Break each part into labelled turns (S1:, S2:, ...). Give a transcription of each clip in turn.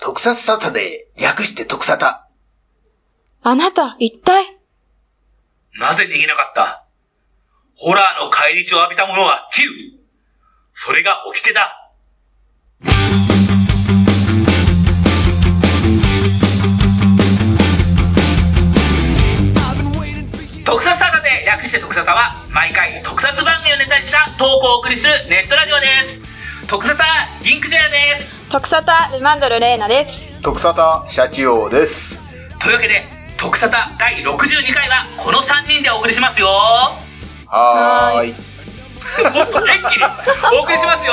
S1: 特撮サタデー、略して特サタ。
S2: あなた、一体
S3: なぜ逃げなかったホラーの帰り血を浴びた者は昼それが掟だ特撮サタで略して特サタは毎回特撮番組をネタにした投稿をお送りするネットラジオです特サタ銀クジェラです
S2: 特撮ルマンドルレーナです。
S4: 特サタ社長です。
S3: というわけで特サタ第62回はこの3人でお送りしますよ
S4: はーい。
S3: もっと元気にお送りしますよ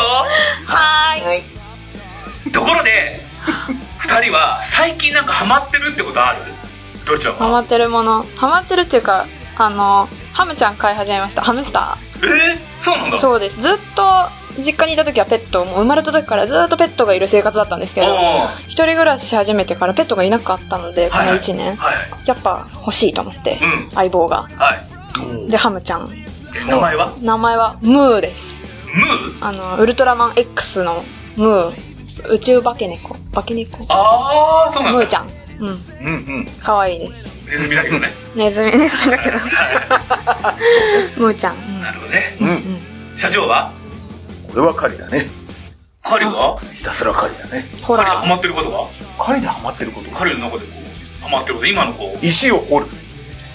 S2: はーい。
S1: はい。
S3: ところで2人は最近なんかハマってるってことあるどちゃん
S2: ハ
S3: は
S2: マってるもの。ハマってるっていうか、あの、ハムちゃん飼い始めました。ハムスタ
S3: えー、そうなん
S2: ー。
S3: だ
S2: そうです。ずっと、実家にいた時はペット、もう生まれた時からずっとペットがいる生活だったんですけど、
S3: おー
S2: 一人暮らしし始めてからペットがいなかったので、こ
S3: はい
S2: の
S3: はい
S2: 1年。
S3: はい
S2: やっぱ欲しいと思って、
S3: うん
S2: 相棒が。
S3: はい
S2: で、ハムちゃん。
S3: え名前は
S2: 名前はムーです。
S3: ムー
S2: あの、ウルトラマン X のムー。宇宙化け猫。化け猫。
S3: ああそうなん
S2: ム
S3: だ
S2: ーちゃん。うん。
S4: うんうん。
S2: 可愛いです。
S3: ネズミだけどね
S2: ネズミ、ネズミだけ ど。ムーちゃん。
S3: なるほどね
S2: うん。
S4: うん
S2: うん
S3: 社長は
S4: これは狩りだね。
S3: カリルは
S4: ひたすら狩りだね。
S2: ホ
S3: カリル
S2: ラ
S3: ハ
S2: ー。
S3: マってることは
S4: 狩りでハマってること
S3: カリルの中でこうハマってること今のこう
S4: 石を掘る。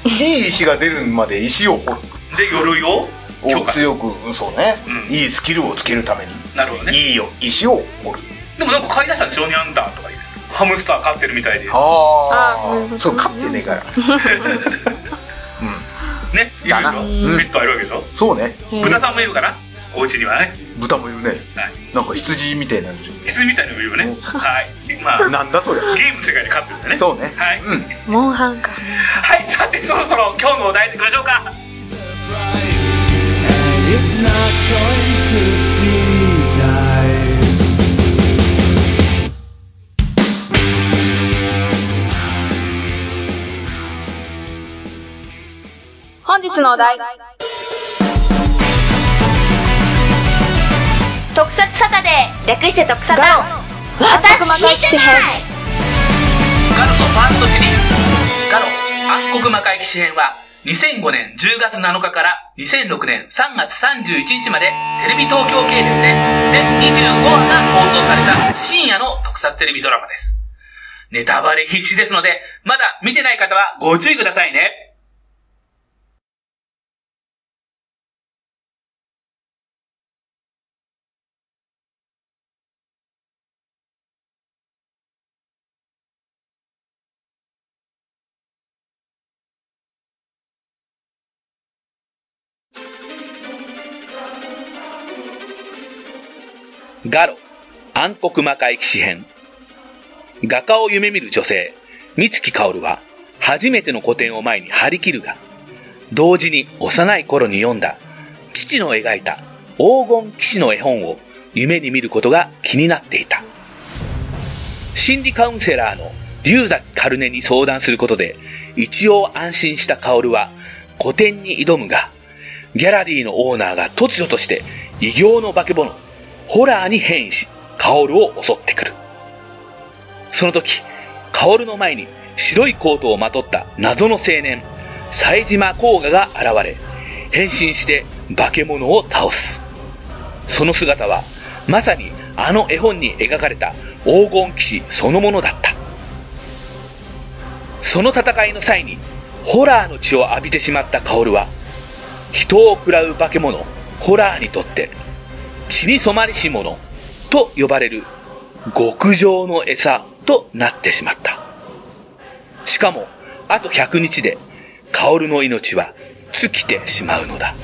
S4: いい石が出るまで石を掘る。
S3: で鎧を強化する
S4: 強く、うんそうね、
S3: うん
S4: いいスキルをつけるために。
S3: なるほどね
S4: いいよ、石を掘る。
S3: でもなんか買い出したんでしょニャンダーとか言うやつハムスター飼ってるみたいでね
S4: あ
S2: あー
S4: ーそう、飼ってねえから。
S3: いるでし
S4: だな
S3: ょペットはいるわけでしょ
S4: そうね。
S2: へー
S3: 豚さんもいるかなお家にはね
S4: 豚もいるね。
S3: はい
S4: なんか羊みたいなんで
S3: 椅子みたいなのもいるよねはいまあ
S4: なんだそりゃ。
S3: ゲームの世界で勝ってるんだね
S4: そうね。
S3: はい、
S4: うん。
S2: モンハンか。
S3: はい、さてそろそろ今日のお題でいきましょうか
S5: And it's not going to be nice.
S2: 本日のお題。
S6: 特撮サタデー略して特サタ私聞いてない
S3: ガロのファーストシリーズガロ暗黒魔界騎士編は2005年10月7日から2006年3月31日までテレビ東京系列で全25話が放送された深夜の特撮テレビドラマですネタバレ必至ですのでまだ見てない方はご注意くださいねガロ、暗黒魔界騎士編。画家を夢見る女性、三月薫は、初めての個展を前に張り切るが、同時に幼い頃に読んだ、父の描いた黄金騎士の絵本を夢に見ることが気になっていた。心理カウンセラーの龍崎カルネに相談することで、一応安心した薫は、個展に挑むが、ギャラリーのオーナーが突如として異形の化け物、ホラーに変異し、カオルを襲ってくる。その時、カオルの前に白いコートをまとった謎の青年、冴島甲賀が現れ、変身して化け物を倒す。その姿は、まさにあの絵本に描かれた黄金騎士そのものだった。その戦いの際に、ホラーの血を浴びてしまったカオルは、人を食らう化け物、ホラーにとって、血に染まりし者と呼ばれる極上の餌となってしまった。しかも、あと100日で、カオルの命は尽きてしまうのだ。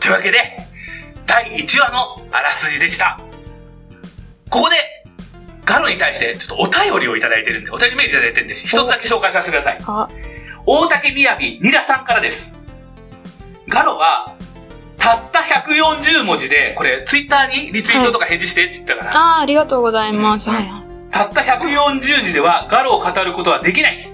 S3: というわけで、第1話のあらすじでした。ここで、ガロに対してちょっとお便りをいただいてるんで、お便りメールいただいてるんで、一つだけ紹介させてください。
S2: あ、
S3: 大竹みやびニラさんからです。ガロは、たった140文字で、これ、ツイッターにリツイートとか返事してって言ったから、
S2: あーありがとうございます。はいはい。
S3: たった140字ではガロを語ることはできない。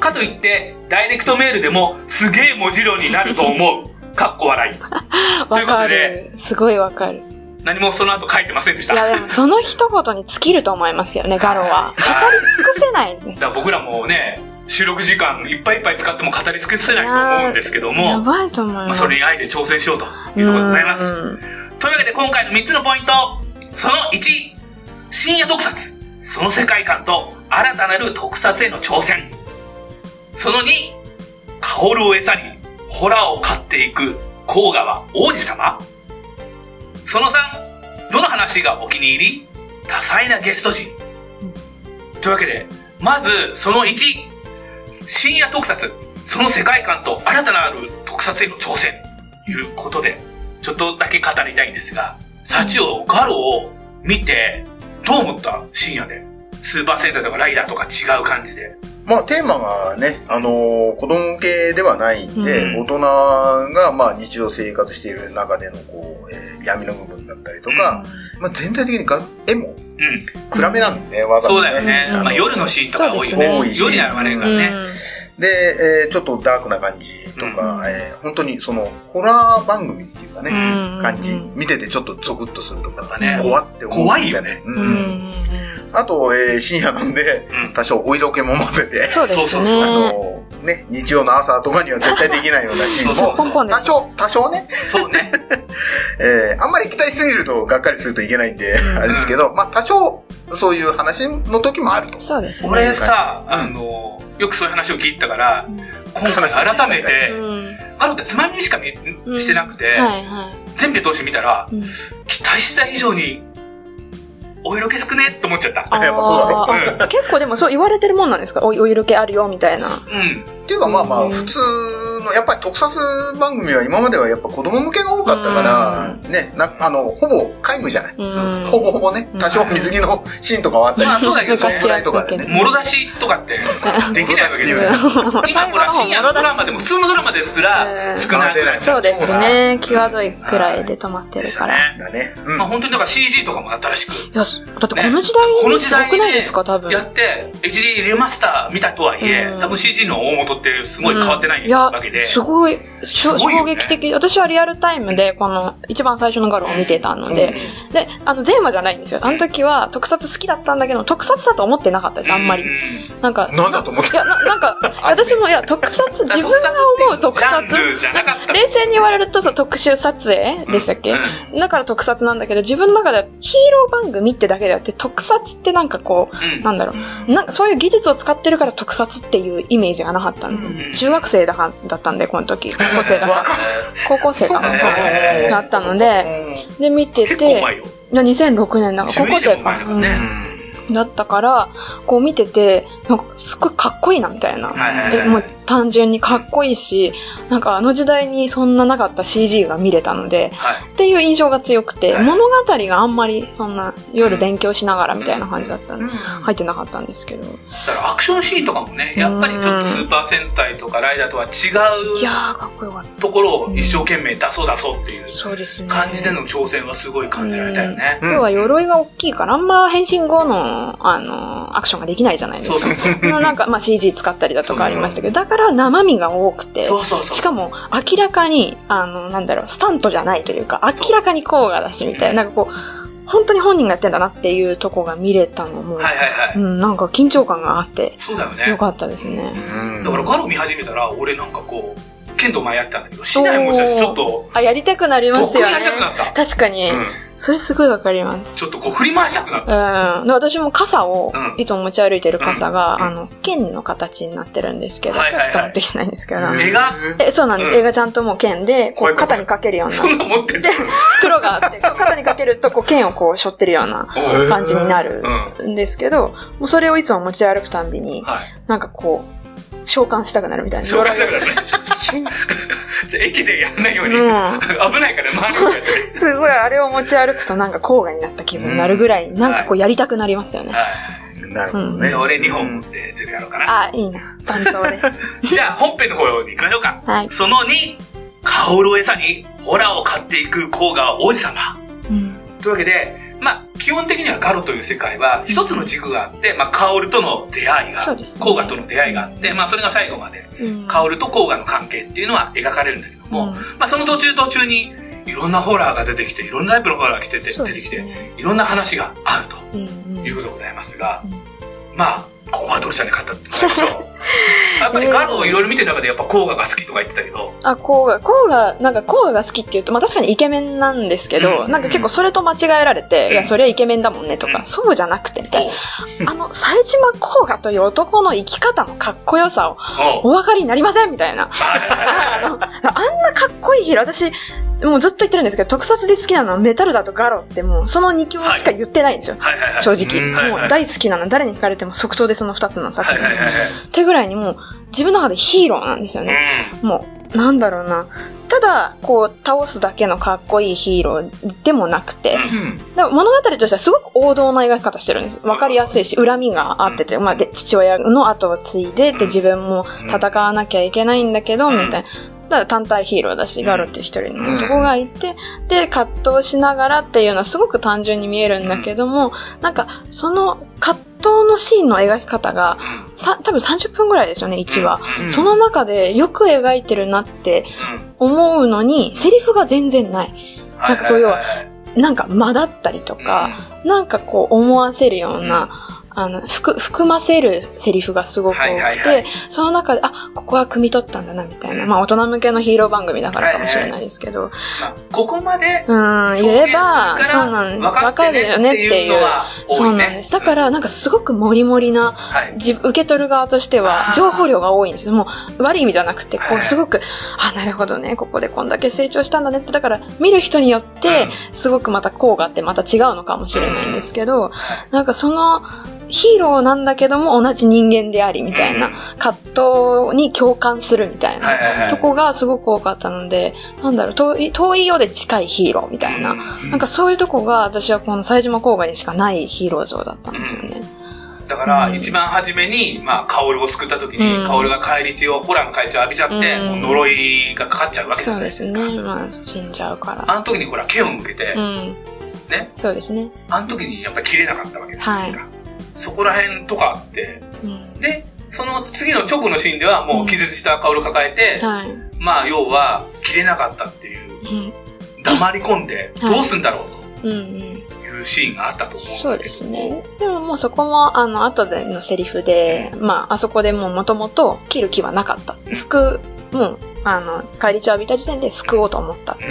S7: かといって、ダイレクトメールでもすげえ文字量になると思う。かっこ笑い。とい
S2: わ
S7: うこと
S2: か
S7: で
S2: る。すごいわかる。
S7: 何もその後書いてませんでした。
S2: いや
S7: だか
S2: でも その一言に尽きると思いますよね、ガロは。語り尽くせないね。
S7: ら僕らもね、収録時間いっぱいいっぱい使っても語り尽くせないと思うんですけど
S2: や
S7: も、
S2: ばいと思い
S7: ま
S2: ま
S7: あ、
S2: す。
S7: それにあえて挑戦しようというところでございます。
S2: うん
S7: というわけで今回の3つのポイントその1深夜特撮その世界観と新たなる特撮への挑戦その2薫を餌にホラーを飼っていく甲賀は王子様その3どの話がお気に入り多彩なゲスト陣というわけでまずその1深夜特撮その世界観と新たなる特撮への挑戦ということでちょっとだけ語りたいんですが、サチオ、ガロを見て、どう思った深夜で。スーパー戦隊とかライダーとか違う感じで。
S4: まあ、テーマがね、あのー子供向けではないんで、
S7: うん
S4: 大人が、まあ、日常生活している中での、こう、えー闇の部分だったりとか、まあ、全体的にが絵も
S7: うん。
S4: 暗めなんでね、わざ
S7: そう
S4: と
S7: だよね。
S4: あ
S7: まあ、
S4: の
S7: 夜のシーンとか多いよね。
S4: そうですね
S7: 夜になるまでからね。
S4: で、えーちょっとダークな感じとか、
S2: うん
S4: えー本当にその、ホラー番組っていうかね、
S2: うん
S4: 感じ、
S2: うん
S4: 見ててちょっとゾクッとするとか、
S7: ね
S4: 怖って思う
S7: 怖いよ
S4: よ
S7: ね
S4: ね。
S2: うん
S4: うんあと、えー深夜なんで、
S7: うん
S4: 多少お色気も混ぜて、
S2: そうです
S7: そうそう
S2: ね。
S7: そう
S4: あのーね、日曜の朝とかには絶対できないようなシーン
S7: そう
S4: も、
S7: そ
S2: ポ
S7: う
S2: ンポンで
S4: 多少、多少ね、
S7: そ うね。
S4: えーあんまり期待しすぎるとがっかりするといけないんで、あれですけど、まあ多少、そういう話の時もあると。
S2: そうですね。
S7: 俺さ、
S4: うん
S7: あの、よくそういう話を聞いたから、
S2: うん
S7: 今回改めて
S2: う、ん
S7: ガロってつまみにしか見
S2: うん
S7: してなくて、
S2: はいは
S7: 全部通して見たら
S2: い。、うん
S7: 期待した以上に、お色気少ねって思っちゃった。
S4: やっぱそうだろ
S2: あーあ結構でもそう言われてるもんなんですかおお色気あるよみたいな。
S7: うん。
S4: っていうかまあま
S2: う
S4: あ
S2: ん
S4: 普通の、やっぱり特撮番組は今まではやっぱ子供向けが多かったから、ね、なあの、ほぼ皆無じゃない。
S2: うん
S7: そうそう
S4: ほぼほぼね、多少水着のシーンとかはあったり、
S7: まあそうだけどね
S4: そのぐらいとかでね。
S7: もろ出しとかってできないわけですよ。今ほら深夜のドラマでも普通のドラマですら少ないくらいですよ
S2: そうですね。際どいくらいで止まってるから。
S7: ね。
S4: だね。うん
S7: まあ本当にだから CG とかも新しく
S2: いや、そだってこの時代
S7: ねこの
S2: に
S7: 時
S2: す
S7: 代
S2: ご
S7: に
S2: くないですか、多分。
S7: やって、HD リマスター見たとはいえ
S2: う、ん
S7: 多分 CG の大元ってすごい変わってない
S2: や
S7: わけで。
S2: すごい、しょ
S7: すごいよ
S2: 衝
S7: ね
S2: 撃的。私はリアルタイムで、この、一番最初のガロを見てたので、で、あの、全話じゃないんですよ。あの時は、特撮好きだったんだけど、特撮だと思ってなかったです、あんまり
S7: う。ん
S2: なんか、
S4: なんだと思って
S2: いや、ななんか、私も、いや、特撮、自分が思う特
S7: ジャ
S2: 撮
S7: ン。ルじゃなかった。
S2: 冷静に言われると、そう、特集撮影でしたっけ、
S7: う
S2: だから特撮なんだけど、自分の中ではヒーロー番組ってだけであって、特撮ってなんかこう、
S7: うん
S2: なんだろう。なんかそういう技術を使ってるから特撮っていうイメージがなかったの。
S7: ん
S2: 中学生だかだったんで、この時。高校生 だか
S4: 若
S2: 高校生かな。
S7: そうだね
S2: はいだったので、で、見てて、
S7: 結構前よ。
S2: いや2006年だから、高
S7: 10
S2: 校
S7: 年で
S2: 生か
S7: も前だからね。
S2: うんだったから、こう見てて、なんかすっごいかっこいいな、みたいな。
S7: はいはい
S2: え
S7: はい
S2: もう単純にかっこいいし、なんかあの時代にそんななかった CG が見れたので、
S7: はい
S2: っていう印象が強くて、
S7: はい
S2: 物語があんまりそんな夜勉強しながらみたいな感じだったんで、入ってなかったんですけど。
S7: だからアクションシーンとかもね、やっぱりちょっとスーパー戦隊とかライダーとは違
S2: いやー、
S7: う
S2: かっこよかった。
S7: ところを一生懸命出そう出そうっていう
S2: そうですね。
S7: 感じでの挑戦はすごい感じられたよね。
S2: 今日は鎧が大きいから、あんま変身後の、あの、アクションができないじゃないです
S7: そう
S2: か。
S7: そうそう。
S2: のなんか、まあ、CG 使ったりだとかありましたけど、だから生身が多くて、
S7: そうそうそう。
S2: しかも明らかに、あの、なんだろう、スタントじゃないというか、明らかにこうがだしみたいな、なんかこう、本当に本人がやってんだなっていうとこが見れたのも、
S7: はいはいは
S2: う
S7: い。
S2: ん、なんか緊張感があって、
S7: そうだよ
S2: よ
S7: ね。
S2: かったですね。
S4: うん
S7: だからガロ見始めたら、俺なんかこう、剣道前やってたんだけど、市内もちょっと、
S2: あ、やりたくなりま
S7: 得
S2: す
S7: 意
S2: よ
S7: になりたく
S2: ね。
S7: なった。
S2: 確かに、
S7: うん。
S2: それすごいわかります。
S7: ちょっとこう振り回したくなっ
S2: う
S7: た。
S2: ん。で私も傘を
S7: うん、
S2: いつも持ち歩いてる傘が、
S7: うん
S2: あの、剣の形になってるんですけど、
S7: はいはいはい
S2: 今日ちょっと持ってきてないんですけど、
S4: うん
S7: 絵が、
S2: えそうなんです。
S7: うん
S2: 映画ちゃんともう剣で、こ
S7: 怖いう怖い
S2: 肩にかけるよう
S7: そん
S2: な。
S7: な持ってん
S2: で、
S7: の
S2: 黒があって、 こう肩にかけると、こう剣をこう背負ってるような
S7: おう
S2: 感じになる
S7: うん
S2: ですけど、もうそれをいつも持ち歩くたんびに、
S7: はい。
S2: なんかこう、召喚したくなるみたいな。
S7: 紹介したくなるね。
S2: シュン
S7: じゃあ駅でやんないように。
S2: うん
S7: 危ないから回るようにやってね。
S2: すごい、あれを持ち歩くとなんか郊外になった気分になるぐらい、なんかこうやりたくなりますよね。
S7: は
S4: なるほど
S7: い。
S4: ね。
S7: じゃあ俺2本持ってずるやろうかな。
S2: あ、いいな。担当で。
S7: じゃあ本編の方に行きましょうか。
S2: はい
S7: その2、カオルを餌にホラーを買っていく甲賀王子様。
S2: うん
S7: というわけで、まあ、基本的にはガロという世界は、一つの軸があって、まあ、カオルとの出会いが、
S2: そうですね
S7: 黄河との出会いがあって、まあ、それが最後まで、
S2: うん
S7: カオルと黄河の関係っていうのは描かれるんだけども、
S2: うん
S7: まあ、その途中途中に、いろんなホラーが出てきて、いろんなタイプのホラーが来てて
S2: そう
S7: 出て
S2: で
S7: き
S2: す
S7: て、
S2: ね
S7: いろんな話があると
S2: うんうん
S7: いうことでございますが、
S2: うん
S7: まあ、ここはドルちゃんに語ってもらいまし ょう。やっぱりガロをいろいろ見てる中で、やっぱ黄河が好きとか言ってたけど、
S2: あ、コウガ、コウガ、なんかコウガが好きって言うと、まあ確かにイケメンなんですけど、
S7: うん
S2: なんか結構それと間違えられて、
S7: うん
S2: いや、そりゃイケメンだもんねとか、
S7: うん
S2: そうじゃなくてみたい
S7: お
S2: な。あの、冴島コウガという男の生き方のかっこよさを
S7: お
S2: お分かりになりませんみたいな。あのあんなかっこいいヒーロー、私、もうずっと言ってるんですけど、特撮で好きなのはメタルだとガロってもう、その2強しか言ってないんですよ。
S7: はいはいはい。
S2: 正直。
S8: うん
S2: もう大好きなの、誰に惹かれても即答でその2つの作
S7: はい
S2: 品。
S7: はいはいはい。
S2: ってぐらいにもう、自分の中でヒーローなんですよね。
S7: うん。
S2: もう、なんだろうな。ただ、こう、倒すだけのかっこいいヒーローでもなくて、でも物語としてはすごく王道な描き方してるんです。わかりやすいし、恨みがあってて、まあ、で、父親の後を継いで、で、自分も戦わなきゃいけないんだけど、
S7: うん
S2: みたいな。だから単体ヒーローだし、ガロっていう一人の男がいて、で、葛藤しながらっていうのはすごく単純に見えるんだけども、なんか、その葛藤のシーンの描き方が、さ、多分30分ぐらいですよね、1話。
S7: うん
S2: その中でよく描いてるなって思うのに、セリフが全然ない。
S7: なん
S2: かこう要はなんか間だったりとか、なんかこう思わせるような、あの、含、含ませるセリフがすごく多くて、
S7: はいはいはい
S2: その中で、あ、ここは汲み取ったんだな、みたいな。まあ大人向けのヒーロー番組だからかもしれないですけど、
S7: ここまで
S2: うん、言えば、そうなん
S7: わ
S2: わかるよねっていう。そうなんです。だから、なんかすごくモリモリな
S7: はい
S2: 自受け取る側として
S7: あ
S2: は
S7: ー
S2: 情報量が多いんですよ。もう悪い意味じゃなくて、
S7: は
S2: こ
S7: いう
S2: すごく、あ、なるほどね、ここでこんだけ成長したんだねって、だから見る人によって、すごくまた効果ってまた違うのかもしれないんですけど、なんかそのヒーローなんだけども同じ人間でありみたいな、葛藤に共感するみたい
S7: はいはいは
S2: ないとこがすごく多かったので、なんだろう、遠い、遠いようで近いヒーローみたいな、なんかそういうとこが私はこの冴島郊外にしかないヒーロー像だったんですよね。
S7: だから、
S2: うん
S7: 一番初めに、まあ、カオルを救った時に、
S2: うん
S7: カオルが帰り血を、ホラーの帰り血を浴びちゃって、
S2: うん
S7: もう呪いがかかっちゃうわけじ
S2: そ
S7: ゃな
S2: う
S7: いで
S2: ですす
S7: か。
S2: ね。まあ、死んじゃうから。
S7: あの時にほら、剣を向けて、
S2: うん。
S7: ね。
S2: そうですね。
S7: あの時にやっぱり切れなかったわけじゃないですか。そこら辺とかあって、
S2: うん。
S7: で、その次の直後のシーンでは、もう気絶したカオル抱えて、
S2: はい。
S7: まあ、要は、切れなかったっていう、
S2: うん
S7: 黙り込んで、
S2: はい
S7: どうすんだろ
S2: う
S7: う
S2: んうん。
S7: というシーンがあったと思うんだけど。
S2: そうですね。でももうそこも、あの、後でのセリフで、まあ、あそこでもうもともと切る気はなかった。救う、もう、あの、帰り血を浴びた時点で救おうと思ったって、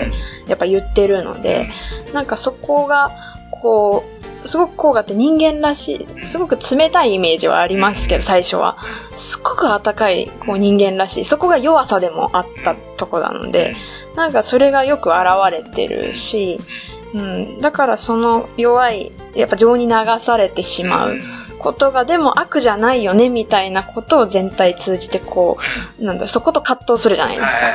S2: やっぱ言ってるので、なんかそこが、こう、すごくこうがって人間らしい、すごく冷たいイメージはありますけど、最初は。すっごく温かい、こう人間らしい。そこが弱さでもあったとこなので、なんかそれがよく現れてるし、うん、だからその弱い、やっぱ情に流されてしまうことが、でも悪じゃないよね、みたいなことを全体通じてこう、なんだろう、そこと葛藤するじゃないですか。
S7: は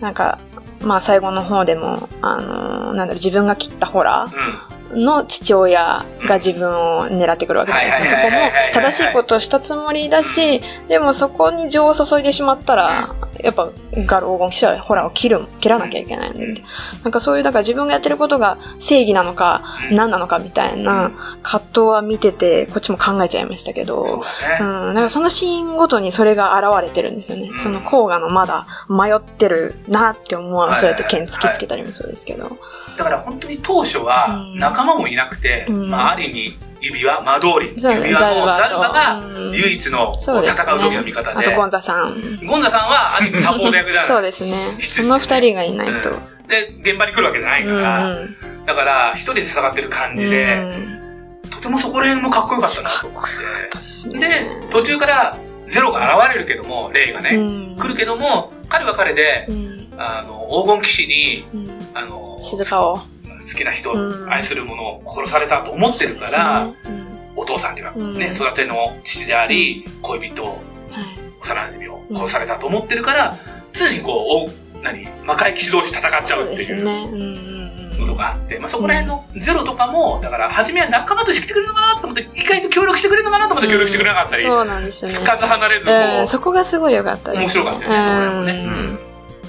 S2: なんか、まあ最後の方でも、あのーなんだろう、自分が切ったホラー
S7: いはいはいうん
S2: の父親が自分を狙ってくるわけじゃないですか。そ
S7: はい
S2: こ
S7: はいはい
S2: も
S7: はい
S2: 正しいことをしたつもりだし、でもそこに情を注いでしまったら、やっぱガル黄金騎士はホラーを切る、切らなきゃいけないんで、
S7: うん
S2: なんかそういう、だから自分がやってることが正義なのか、
S7: うん
S2: 何なのかみたいな葛藤は見てて、こっちも考えちゃいましたけど、
S7: そう
S2: う
S7: だね。
S2: ん、なんかそのシーンごとにそれが現れてるんですよね。
S7: うん
S2: その甲賀のまだ迷ってるなって思わ
S7: はい
S2: ん、
S7: はい
S2: そう
S7: は
S2: や
S7: い
S2: って剣突きつけたりもそうですけど。
S7: だから本当に当初は
S2: うん
S7: 仲間もいなくて、
S2: うん
S7: まあある意味指輪、間通り、指
S2: そう
S7: 輪
S2: だ
S7: の
S2: ね
S7: ザルバ
S2: ザルバと
S7: が
S2: うん
S7: 唯一のこう
S2: そうです、ね。
S7: 戦う時の味方
S2: あと、ゴン
S7: で、
S2: ザさん。
S7: ゴンザさんはある意味サポート役じゃ ない。
S2: そうですね。その二人がいないと。
S7: で、現場に来るわけじゃないか
S2: うん
S7: ら、
S2: うん
S7: だから一人で戦ってる感じ
S2: うん
S7: で、
S2: か
S7: とてもそこら辺もかっこよかったなと
S2: っ
S7: 思
S2: こよかった
S7: っ
S2: です
S7: て。
S2: ね。
S7: で、途中からゼロが現れるけども、レイが
S2: う
S7: ね、
S2: ん
S7: 来るけども、彼は彼で
S2: う、ん
S7: あの、黄金騎士に、
S2: うん
S7: あの、
S2: 静かを。
S7: 好きな人、
S2: うん
S7: 愛する者を殺されたと思ってるから、
S2: そうですね
S7: お父さんっていうか、
S2: うん
S7: ね、育ての父であり、恋人、
S2: うんはい
S7: 幼馴染を殺されたと思ってるから、常にこう、お何、魔界騎士同士戦っちゃ
S2: そう
S7: うっ
S2: で
S7: て
S2: す
S7: いう
S2: ね。うんうんう
S7: のと
S2: ん
S7: かあって、まあ、そこら辺のゼロとかも、だから、初めは仲間として来てくれるのかなと思って、意外と協力してくれるのかなと思って協力してくれなかったり、
S2: そうなんですよね
S7: つ。かず離れず、こ
S2: うん、
S7: う、
S2: そこがすごい良かったです
S7: 面白かったよね、そこら辺も
S2: う
S7: ね。
S2: ん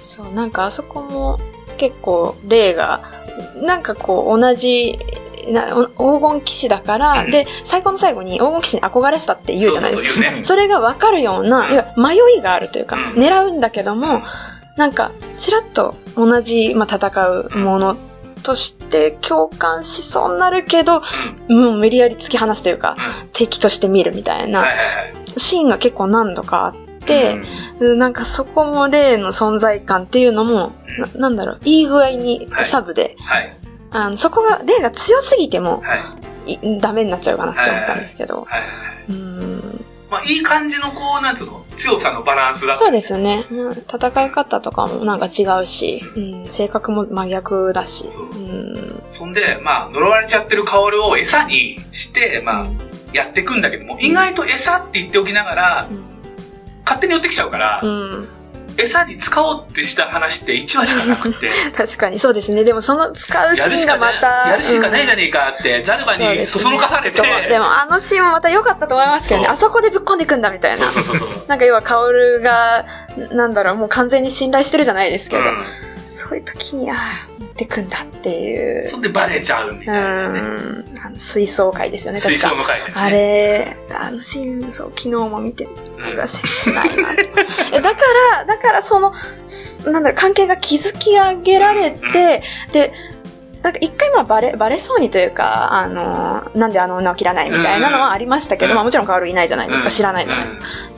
S2: そう、なんかあそこも結構、例が、なんかこう、同じなお黄金騎士だから、
S7: うん
S2: で、最後の最後に黄金騎士に憧れてたって言うじゃないですか。
S7: そうそうそう言うね。
S2: それが分かるような、
S7: うん
S2: いや迷いがあるというか、
S7: うん
S2: 狙うんだけども、なんか、ちらっと同じ、まあ、戦うものとして共感しそうになるけど、もう無理やり突き放すというか、敵として見るみたい
S7: はい
S2: な
S7: はいはい。
S2: シーンが結構何度かあって、なんかそこも例の存在感っていうのも、ななんだろう、いい具合に
S7: はい
S2: サブで、
S7: はい。
S2: あのそこが、例が強すぎても、
S7: はい。
S2: いダメになっちゃうかなって思ったんですけど、
S7: はい。
S2: うん
S7: まあ、いい感じの、こう、なんつうの、強さのバランスだ
S2: そうですね。まあ戦い方とかもなんか違うし、うん、性格も真逆だし、
S7: そう
S2: うん、
S7: そんで、まあ、呪われちゃってるカオルを餌にして、まあ、やっていくんだけども、意外と餌って言っておきながら、勝手に寄ってきちゃうから、
S2: うん、
S7: 餌に使おうってした話って1話しかなくて、
S2: 確かにそうですね。でもその使うシ
S7: やる
S2: ー
S7: し
S2: ン
S7: か
S2: が
S7: な
S2: ま
S7: い、
S2: た、
S7: やるしかないじゃ
S2: ね
S7: ねえかって、ザルバにそそのかされて、
S2: そうでもあのシーンもまた良かったと思いますけどね、
S7: そう
S2: あそこでぶっこんでいくんだみたいな。
S7: そうそうそうそう。
S2: なんか要はカオルが、なんだろう、もう完全に信頼してるじゃないですけ
S7: う
S2: ど、
S7: ん
S2: そういう時に、ああ、持ってくんだっていう。
S7: そんでバレちゃうみ
S2: う
S7: たいなね。
S2: ん。あの水槽会ですよね、
S7: 水
S2: 確か
S7: 槽。の回で、ね。
S2: あれ、あのシーン、そう、昨日も見て、
S7: うん
S2: 僕は切ないなと。 えだから、だからその、すなんだろう、関係が築き上げられて、で、なんか一回まあバレ、バレそうにというか、あのーなんであの女を切らないみたいなのはありましたけど、
S7: うん
S2: まあもちろんカールいないじゃないですか、知らないのね。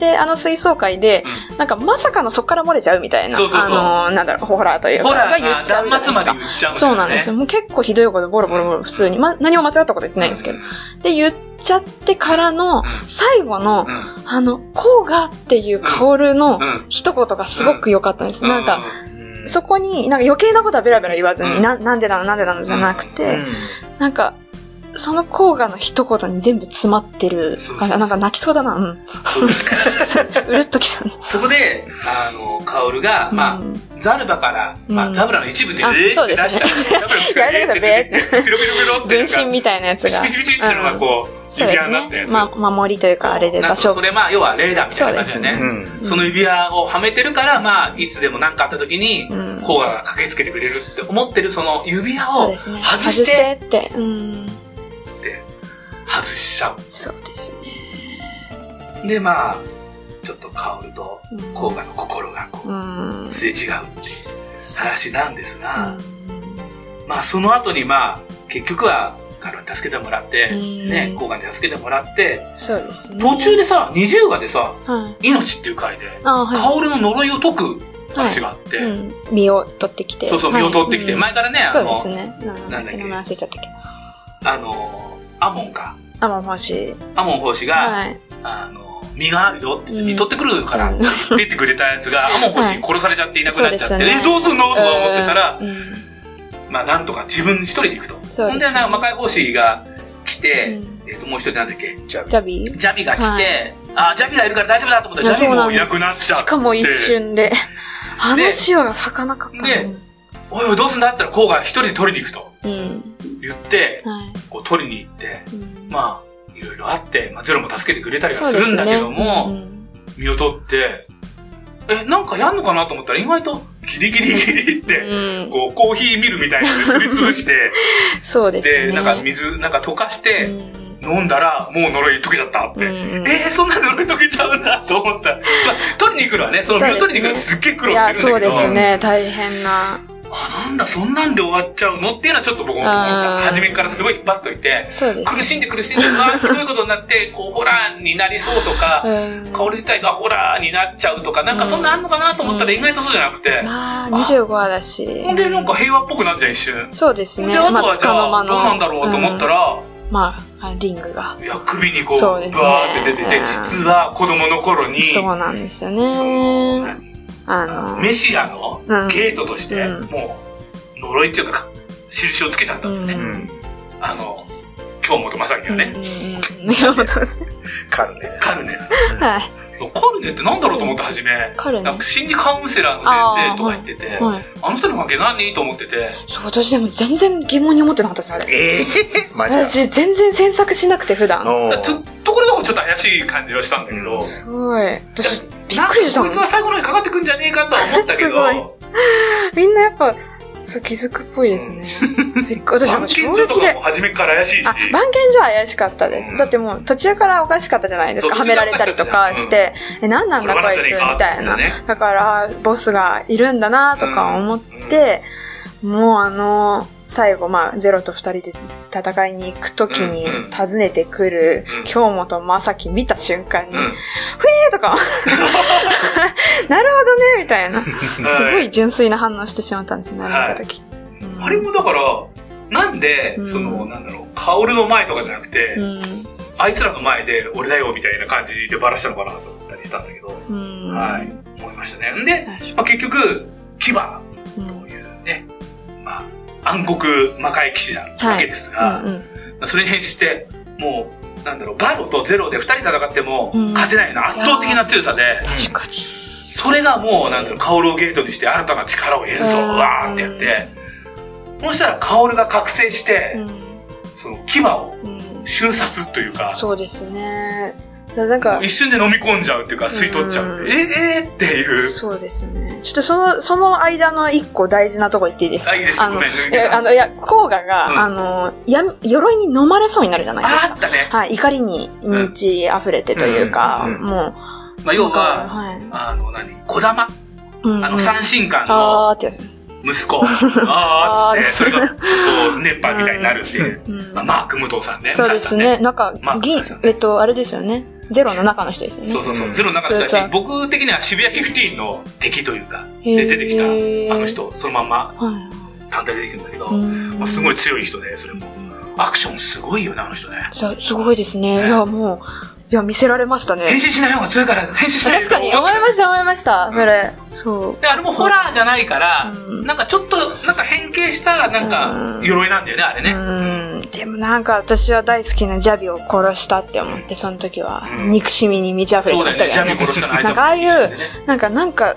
S2: で、あの水槽会で、なんかまさかのそこから漏れちゃうみたいな、
S7: そうそうそう
S2: あのーなんだろう、ホラーという
S7: ほ
S2: か、
S7: ら、
S2: が
S7: あ
S2: 言っちゃうじゃな
S7: 断
S2: いで
S7: 末ますで
S2: か
S7: 言。っちゃうんだよね。
S2: そうなんですよ。もう結構ひどいこと、ボロボロボロ普通に。ま、何も間違ったこと言ってないんですけど。で、言っちゃってからの、最後の
S7: う、ん。
S2: あの、こうがっていう薫の
S7: うん
S2: 一言がすごく良かったんです。
S7: うん。
S2: なんか、
S4: うん
S2: そこに、なんか余計なことはベラベラ言わず
S7: う
S2: に、
S7: ん
S2: な、なんでなのなんでなのじゃなく
S4: う
S2: て、
S4: ん
S2: なんか、そのこうがの一言に全部詰まってる
S7: そうそうそ
S2: 感
S7: う
S2: じ。なんか泣きそうだな。うん。うるっときたね。
S7: そこで、あの、カオルが、まあ
S2: う、ん
S7: ザルバから、ま
S2: う
S7: あ、
S2: ん
S7: ザブラの一部で、え
S2: あ
S7: ー
S2: そ
S7: っ
S2: う
S7: て出
S2: で
S7: したら、
S2: すね
S7: ザブ ラの口からえーって出てきてピロピロピロって
S2: 分
S7: なんか、
S2: 身みたいなやつ
S7: ピチ
S2: が。
S7: ピチピチってのがこう、
S2: そう
S7: 指
S2: で
S7: 輪
S2: す
S7: になったや
S2: ね。
S7: つ。
S2: ま、守りというか、あれで
S7: なん
S2: 場
S7: か
S2: 所
S7: それ、まあ、要はレーダーみたいな感じだよ
S2: そう
S7: ね。
S4: うん
S7: その指輪をはめてるから、まあ、いつでも何かあった時に
S2: う、ん
S7: コーガが駆けつけてくれるって思ってる、その指輪
S2: そう
S7: を
S2: ですね。
S7: 外して、
S2: って。うん。
S7: 外しちゃ
S2: そうですね。
S7: う。で、まあ、ちょっとカオルと
S2: うん
S7: コーガの心がこ
S2: う
S7: う、
S2: ん。
S7: すれ違うっていう話なんですが、
S2: う
S7: まあその後にまあ結局はカルに助けてもらって、
S2: うん
S7: ね、コーガに助けてもらって、
S2: んそうですね。
S7: 途中でさ、20話でさ、
S2: はい。
S7: 命っていう回で、
S2: あはい。
S7: カオルの呪いを解く話があって、
S2: うん、身を取ってきて。
S7: そうそう、身を取ってきて、
S2: はい
S7: 前からね、
S2: うん
S7: あ
S2: そう
S7: の、
S2: ですね。うん
S7: なんだっけ
S2: 名前忘れちゃったけど。
S7: あの、アモンか、
S2: あ、もうもし。
S7: アモン法師が、
S2: はい。
S7: あの、身があるよって
S2: う
S7: 言って、
S2: ん
S7: 身取ってくるからって言ってくれたやつが、 アモン法師殺されちゃっていなくなっちゃって、
S2: そうですね
S7: え、どうすんのとか思ってたら、
S2: うん、
S7: まあなんとか自分一人で行くと。
S2: そうですね
S7: ほんで、なんか魔界法師が来
S2: う
S7: て、
S2: ん
S7: えっと、もう一人なんだっけ、
S2: ジャビー
S7: ジャミが来て、
S2: は
S7: あ、ジャミがいるから大丈夫だと思った
S2: い
S7: ら、
S2: や
S7: ジャミ
S2: そう
S7: も
S2: なん
S7: い
S2: です
S7: なくなっちゃって。
S2: しかも一。瞬で。あの塩が咲かなかったの
S7: でおいおい、どうすんだって言ったら、コウが一人で取りに行くと
S2: うん。
S7: 言って、
S2: はい。
S7: こう取りに行って、
S2: うん
S7: まあ、いろいろあって、まあ、ゼロも助けてくれたりはするんだけども、身を取って、え、なんかやんのかなと思ったら、意外とギリギリギリっ
S2: そうですね
S7: て、
S2: うん。
S7: こう、コーヒーミルみたいなのですりつぶして、
S2: そう ですね。
S7: で、なんか水、なんか溶かして、飲んだら、もう呪い解けちゃったっ
S2: うん。
S7: て。
S2: うん
S7: えー、そんな呪い解けちゃうんだと思った。まあ、 取りに行くのはね、その身を取りに行くのはすっげえ苦
S2: い
S7: 労して
S2: や、
S7: るんだけど。
S2: そうですね。大変な。
S7: あ、なんだ、そんなんで終わっちゃうのっていうのはちょっと僕も、
S2: あー
S7: 初めからすごい引っ張っといて、
S2: そうです。
S7: 苦しんで苦しんで、うわーひどいことになって、こう、ホラーになりそうとか、
S2: うん。
S7: 香り自体がホラーになっちゃうとか、なんかそんなあんのかなと思ったら意外とそうじゃなくて、
S2: まあ、25話だし。
S7: ほんでなんか平和っぽくなっちゃう一瞬。
S2: そうです
S7: ほん
S2: ね。
S7: で、あと
S2: ま
S7: は
S2: あ、つ
S7: じ
S2: か
S7: ゃ
S2: の間
S7: あ、
S2: の。
S7: どうなんだろうと思った
S2: うん。
S7: ら、
S2: まあ、リングが。
S7: いや、首にこう、
S2: そうですね
S7: バーって出てて、実は子供の頃に、
S2: そうなんですよ
S7: そう
S2: ね。あの、
S7: メシアの
S2: うん
S7: ゲートとして、
S2: うん
S7: もう、呪いっていうか、印をつけちゃったんだよ
S2: う
S7: ね。
S4: うん。
S7: あの、京本正樹がね、
S2: うん。山本さん。
S4: カルネ。
S7: カルネ。
S2: はい。
S7: カルネってなんだろうと思って初め、
S2: 彼
S7: なん
S2: ね
S7: か。心理カウンセラーの先生とか言ってて、あ,、
S2: はい。
S7: の人の関係何と思ってて、
S2: そう、私でも全然疑問に思ってなかったです、あれ。
S4: ええマジだ。
S2: 私、全然詮索しなくて、普段。
S4: おー
S7: とところどころちょっと怪しい感じはしたんだけど、
S4: うん
S2: すごい。私、びっ
S7: なん
S2: くりした
S7: かこ
S2: も
S7: い
S2: ん
S7: つ。は最後の方にかかってくんじゃねえかとは思ったけ
S2: すごい
S7: ど、
S2: みんなやっぱ、そう、気づくっぽいですね。びっく り私も
S7: 番
S2: う衝
S7: 犬座と
S2: 撃
S7: か
S2: で
S7: も。初めから怪しいし
S2: あ、番犬じゃ怪しかったで
S7: う
S2: す。
S7: ん
S2: だってもう途中からおかしかったじゃないですか。
S7: そう
S2: はめられたりとかして、え、なんなんだこ
S7: 転が
S2: い
S7: し
S2: つ
S7: た
S2: み
S7: りか
S2: たい
S7: みたいな
S2: な
S7: ね。
S2: だから、あボスがいるんだなとか思って、もうあの、最後、まあ、ゼロと二人で戦いに行くときに
S7: うんうん
S2: 訪ねてくる
S7: うん、
S2: 京本正樹見た瞬間に、ふ
S7: う
S2: え
S7: ん
S2: ー とか、 なるほどね、みたいな。すごい純粋な反応してしまったんですね、あれ見たとき。うん
S7: あれもだから、なんで
S2: う、ん
S7: その、なんだろう、カオルの前とかじゃなくて、
S2: う
S7: あいつらの前で俺だよみたいな感じでバラしたのかなと思ったりしたんだけど、
S2: ん。うん。
S7: はい、思いましたね。んで、
S2: 確
S7: まあ、結局、牙と
S2: うん
S7: いうね、まあ、暗黒魔界騎士なわけですが、
S2: うん
S7: それに変身して、もう、なんだろう、ガロとゼロで2人戦っても
S2: うん
S7: 勝てないような圧倒的な強さで、
S2: 確かに。
S7: それがもう、なんだろう、カオルをゲートにして新たな力を得るぞ、う
S2: うん
S7: わーってやって、そしたらカオルが覚醒して、その牙を
S2: うんうん
S7: 瞬殺というか、
S2: そうですね。だからなんか
S7: 一、瞬で飲み込んじゃうっていうか、吸い取っちゃうっ
S2: う
S7: て、
S2: ん
S7: ええーっていう。
S2: そうですね。ちょっとその、その間の一個大事なとこ言っていいですか
S7: あ、いいですよ、
S2: あ
S7: ご
S2: の、
S7: めん。
S2: いや、あの、いや、甲賀が、
S7: うん
S2: あの、や、鎧に飲まれそうになるじゃないです
S7: ああ
S2: か。
S7: ったね。
S2: はい、怒りに満ち溢れてというか、
S4: うんうん
S2: もう、
S7: まあ、要
S2: なんか
S7: は、
S2: はい。
S7: あの、何小玉
S2: うん
S7: あの、三神官
S2: あ
S7: の
S2: ーってやつ。
S7: 息子。ああ、つって、そ
S2: あー
S7: れが、こう、熱波みたいになるっていう。
S2: うん
S7: まあ、マーク武藤さんね。
S2: そうで
S7: 武蔵さ
S2: す
S7: ん
S2: ね。。なんか
S7: まあ、
S2: 銀
S7: 武蔵さん、ね
S2: えっと、あれですよね。ゼロの中の人ですよね。
S7: そうそうそう。ゼロの中の人だ
S2: そうそ
S7: し
S2: う、
S7: 僕的には渋谷フィフティーンの敵というか、
S2: へー
S7: で出てきた、あの人、そのまんま
S2: は
S7: 単体で出てくるんだけど、
S2: い。
S7: ま
S2: うん
S7: あ、すごい強い人で、それも。アクションすごいよね、あの人ね。
S2: そうすごいですね。
S7: ね
S2: いや、もう、いや、見せられました
S7: 変
S2: ね。
S7: 身しない方が強いから、変身しない
S2: 確かに、思いました、思いました。それ。そう。
S7: で、あれもホラーじゃないから、
S2: うん
S7: なんかちょっと、なんか変形した、なんか
S2: う、ん
S7: 鎧なんだよね、あれね。
S2: うん。でもなんか、私は大好きなジャビを殺したって思って、その時は
S7: う、ん
S2: 憎しみに満ち溢れ
S7: そ
S2: て
S7: うだ
S2: ました
S7: よね、
S2: けどね。
S7: ジャミー殺したのあいつ
S2: なんかああいう
S7: 一緒でね
S2: なんか、なんか、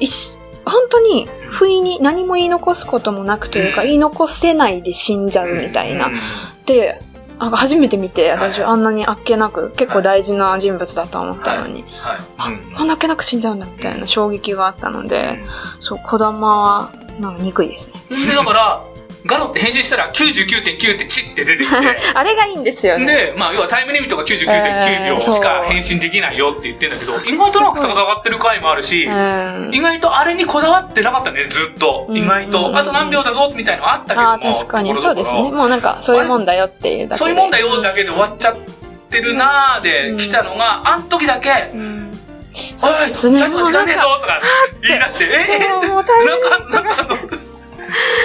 S2: 一本当に、不意に何も言い残すこともなくというか、言い残せないで死んじゃうみたいな。
S7: うん
S2: で、なんか初めて見て、
S7: はい
S2: 私あんなにあっけなく、結構大事な人物だと思ったのに、
S7: はい。
S2: あんなあっけなく死んじゃうんだみたいな衝撃があったので、そう、小玉は、なんか憎いですね。
S7: うんで、だから、ガロって変身したら99.9ってチッて 出てきて、
S2: あれがいいんですよね。
S7: で、まあ、要はタイムリミットが
S2: え
S7: 99.9
S2: ー
S7: 秒しか
S2: そう
S7: 変身できないよって言ってんだけ
S2: そ
S7: ど、
S2: れ
S7: 意外となんか戦ってる回もあるし
S2: う、ん。
S7: 意外とあれにこだわってなかったね、ずっと。
S2: うん
S7: 意外と。あと何秒だぞ、みたいのはあったけども。
S2: ああ、確かに。
S7: とこ
S2: そ
S7: ろ
S2: う
S7: ど
S2: で
S7: こ
S2: す
S7: ろ
S2: ね。もうなんか、そういうもんだよっていうだけで。
S7: そういうもんだよだけで終わっちゃってるなーで来たのが、あん時だけ、
S2: うん。そう
S7: お
S2: で
S7: い、
S2: すね。
S7: 立
S2: も
S7: 場
S2: う
S7: 時間
S2: なん
S7: ねえぞ
S2: か、
S7: とか言い出して、え
S2: もう
S7: ー
S2: もう大
S7: な
S2: 変。
S7: んか、なんかあの、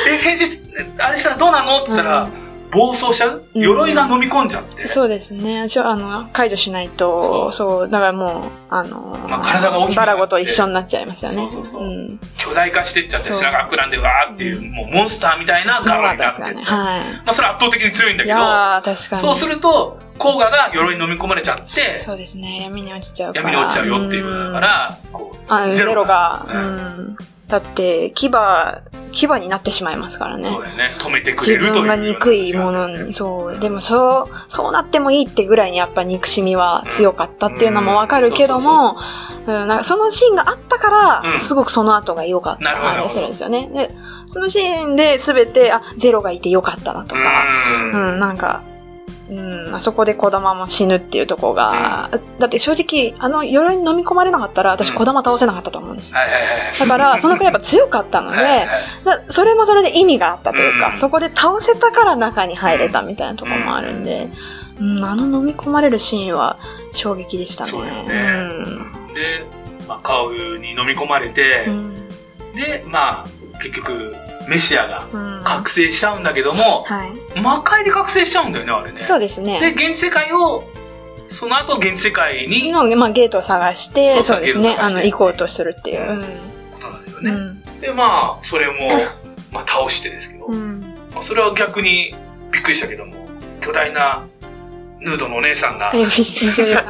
S7: え、返事し、あれしたらどうなのって言ったら、
S2: う
S7: 暴走しちゃう
S2: うん
S7: 鎧が飲み込んじゃって。
S2: そうですね。ちょ、あの、解除しない
S7: そ
S2: と、
S7: う
S2: そう、だからもう、あの、
S7: まあ体が大きくなって
S2: バラゴと一緒になっちゃいますよね。
S7: そうそうそうん巨大化してっちゃって、
S2: そう
S7: 白が膨らんで、わーっていう、もうモンスターみたいな
S2: そう
S7: ガロ
S2: だ
S7: に
S2: ったん
S7: な
S2: で
S7: っ
S2: す
S7: て。
S2: よね。
S7: ま
S2: は
S7: あ、それは圧倒的に強いんだ
S2: い。い
S7: けど、
S2: やー、確かに。
S7: そうすると、甲賀が鎧に飲み込まれちゃって、
S2: そうですね。闇に落ちちゃうから。
S7: 闇に落ちちゃうよっていうことだから、こ
S2: うん。あ
S7: う、
S2: ゼロが、
S7: う
S2: うんん。だって、牙、牙になってしまいますからね。
S7: そうだよね。止めてくれ
S2: 自
S7: るという。
S2: 分が憎いものに、そう。でも、そう、そうなってもいいってぐらいにやっぱ憎しみは強かったっていうのもわかるけども、うん、なんかそのシーンがあったから、
S7: うん
S2: すごくその後が良かった。
S7: なるほど
S2: あれするんですよね。で、そのシーンで全て、あ、ゼロがいて良かったなと
S7: う
S2: か、
S7: ん
S2: う。ん、なんか、うん、あそこで子玉も死ぬっていうとこが、だって正直、あの鎧に飲み込まれなかったら、私
S7: うん
S2: 子玉倒せなかったと思うんですよ。
S7: はいはいはい
S2: だ から、そのくらいやっぱ強かったので、
S7: はいはいはい。
S2: だそれもそれで意味があったというか、
S7: うん
S2: そこで倒せたから中に入れたみたいなところもあるんで、うん、あの飲み込まれるシーンは衝撃でしたね。
S7: そうだよねで、まあ、カオルに飲み込まれて、
S2: うん。
S7: で、まあ、結局、メシアが
S2: うん。
S7: 覚醒しちゃうんだけども、
S2: はい。
S7: 魔界で覚醒しちゃうんだよね、あれね。
S2: そうです
S7: で、
S2: ね。
S7: 現世界を、その後、現世界に、
S2: の、まあ、ゲートを探して、
S7: そ
S2: そうう
S7: そう
S2: です
S7: ゲー
S2: ね。
S7: トを
S2: あ
S7: 探
S2: の、
S7: して
S2: 行こうとするっていう。
S7: ことなんだよ
S2: うん。う
S7: ね。
S2: ん。
S7: で、まあ、それも、まあ、倒してですけど、
S2: うん。
S7: まあ、それは逆にびっくりしたけども、巨大な、ヌードのお姉さんが、は い、
S2: え、ビスジョリさん。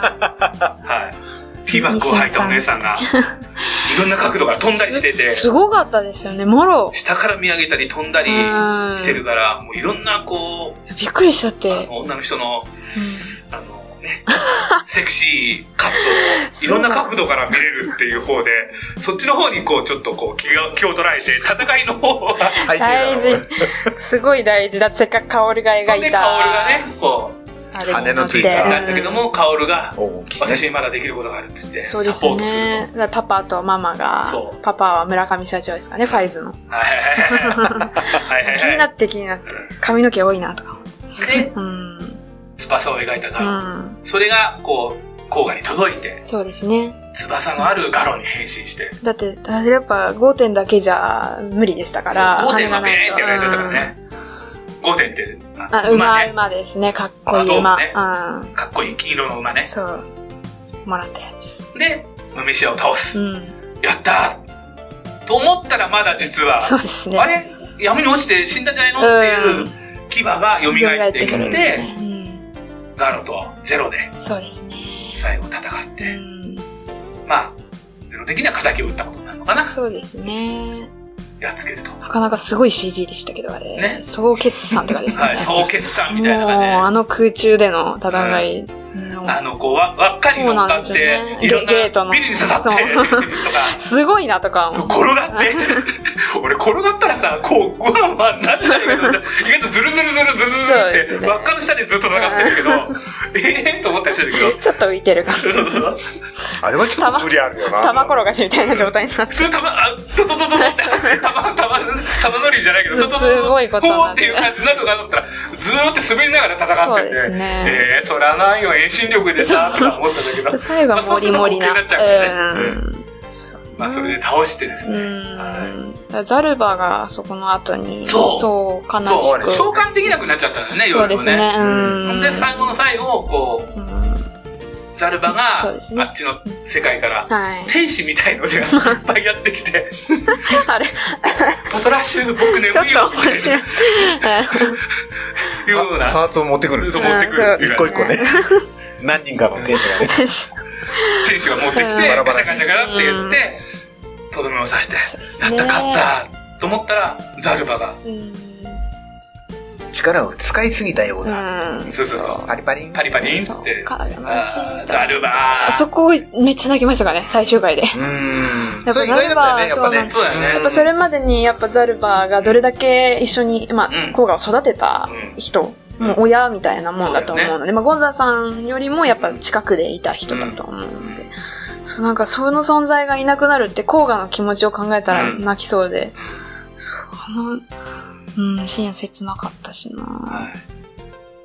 S7: ティーバッグを履いたお姉さんが、いろんな角度から飛んだりしてて、
S2: すごかったですよね。もろ。
S7: 下から見上げたり飛んだり
S2: うん
S7: してるから、もういろんなこう、
S2: びっくりしちゃって。
S7: あの女の人
S2: う
S7: のあのね、 セクシーカッ トをいろんな角度から見れるっていう方で、そっちの方にこう、ちょっとこう、気が、気を捉えて、戦いの方は、
S4: 最低だ
S2: 大
S4: ろ
S2: 事。すごい大事だってせっかくカオルが描いた。
S7: そんでカオルがね、こう、
S2: あれに乗って、
S4: 羽のつい
S7: な
S4: た
S7: んだけども、カオルが、
S4: お大きいね
S7: 私にまだできることがあるって言って、
S2: そ
S7: サ
S2: う
S7: ポ
S2: で
S7: ート
S2: す
S7: すると。
S2: ね。だからパパとママが
S7: そう、
S2: パパは村上社長ですかね、ファイズの。
S7: はいはいはいはい。
S2: 気
S7: は
S2: に
S7: いは
S2: ないって気になって。髪の毛多いなとか。
S7: で、
S2: うん。
S7: 翼を描いた
S2: う
S7: ガロ。
S2: ん。
S7: それが、こう、甲賀に届いて、
S2: そうですね。
S7: 翼のあるガロに変身して、
S2: だって、私やっぱ5点だけじゃ無理でしたから。
S7: そう5点はベーンってやられ
S2: い
S7: ちゃったからね。5点って、
S2: あ、
S7: 馬
S2: 馬、
S7: ね。
S2: 馬ですね。かっこいい馬。う
S7: かっこいい金色の馬ね
S2: ん。。そう。もらったやつ。
S7: で、ムメシアを倒す。
S2: うん。
S7: やったーと思ったらまだ実は、
S2: そうですね。
S7: あれ闇に落ちて死んだんじゃないの
S2: う
S7: っ
S2: ん
S7: ていう牙が蘇ってき
S2: 蘇
S7: て、
S2: ですね。うん
S7: ガロとゼロで
S2: そうですね。
S7: 最後戦っ
S2: う
S7: て、
S2: ん。
S7: まあ、ゼロ的には敵を打ったことになるのかな。
S2: そうですね。
S7: やっつけると。
S2: なかなかすごい CG でしたけど、あれ。
S7: ね
S2: 総決算って感じですよね。
S7: はい、総決算みたい
S2: もう、
S7: な
S2: あ
S7: 感じで。
S2: の空中での戦い。うん
S7: あの、こう、わ輪っかに乗っ
S2: そうな
S7: かっ
S2: んです
S7: て
S2: よ、ね
S7: いろんな
S2: ゲゲートの
S7: ビルに刺さって、
S2: そう
S7: とか。
S2: すごいなとか思う。
S7: 転が って俺転がったらさこうご飯はなってたけど意外とズルズルズルズルズ
S2: そうで
S7: ルっ
S2: す
S7: て
S2: ね
S7: 輪っかの下でずっと戦ってるけどええー、と思ったりしてるけど
S2: ちょっと浮いてる感じ。
S7: そうそう そう
S4: あれはちょっと無理あるよな。
S2: 玉転がしみたいな状態になって。
S7: 普通玉あトトトトトって玉玉玉乗りじゃないけどトトトト
S2: すごいことに
S7: ほ
S2: な
S7: ー
S2: っ
S7: ってていう感じになるのかと思ったらずーって滑りながら戦って
S2: そう
S7: て
S2: ですね
S7: えー、そらなんよ遠心力でさとか思ったん だけど
S2: 最後はモリモリな。
S7: まあそうすると滑稽
S2: うん。
S7: になっちゃうからねまあそれで倒してです
S2: う
S7: ね、
S2: ん。だからザルバがそこの後に、
S7: そう
S2: そう、悲
S7: そう
S4: あれ
S2: し
S7: 召
S2: く。
S7: 喚できなくなっちゃったんだよね
S2: そう
S7: 夜
S2: で
S7: も
S2: すね。
S7: ね
S2: う
S7: ほん
S2: ん。
S7: で最後の最後こう
S2: うん
S7: ザルバが、
S2: そうですね
S7: あっちの世界から、
S2: はい。
S7: 天使みたいのでいっぱいやってきて、
S2: あれ、
S7: パトラッシュ僕眠
S2: ちょっ
S7: い
S2: と
S7: よみた
S2: 面白い。
S7: いなような、
S4: パーツを持ってくる。
S7: そう持ってくる
S4: 一個一個ね。何人かの天使が ね。
S7: 天使が持ってきて、
S4: バラバ
S7: ガシ
S4: ラ
S7: ャガシャガラって言って、とどめを刺して、
S2: そうです
S7: や
S2: ね
S7: った、勝った、と思ったら、ザルバが、
S2: うん。
S4: 力を使いすぎたよう
S2: う
S4: な。
S2: ん。
S7: そうそうそう、
S4: パリパリン。
S7: パリパリンっつ
S2: そ
S7: っ
S2: う
S7: て、
S2: か、悲し
S7: あー
S2: い。
S7: ザルバ
S2: あそこめっちゃ泣きましたからね、最終回で。
S4: うー
S2: や
S4: ん。
S2: っぱ
S4: それ意外だったよね、やっぱ
S2: な
S4: ね
S2: ん。
S7: そうだよね
S2: やっぱそれまでにやっぱザルバがどれだけ一緒に、まあ
S7: うん、
S2: コーガを育てた
S7: うん
S2: 人、
S7: うん
S2: もう親みたいなもんだと思う
S7: そう
S2: ので、まあ、ゴンザさんよりもやっぱ近くでいた人だと思うので、そうなんかその存在がいなくなるってコーガの気持ちを考えたら
S7: うん
S2: 泣きそうで、そう、あの、うん、親切なかったしな、
S7: は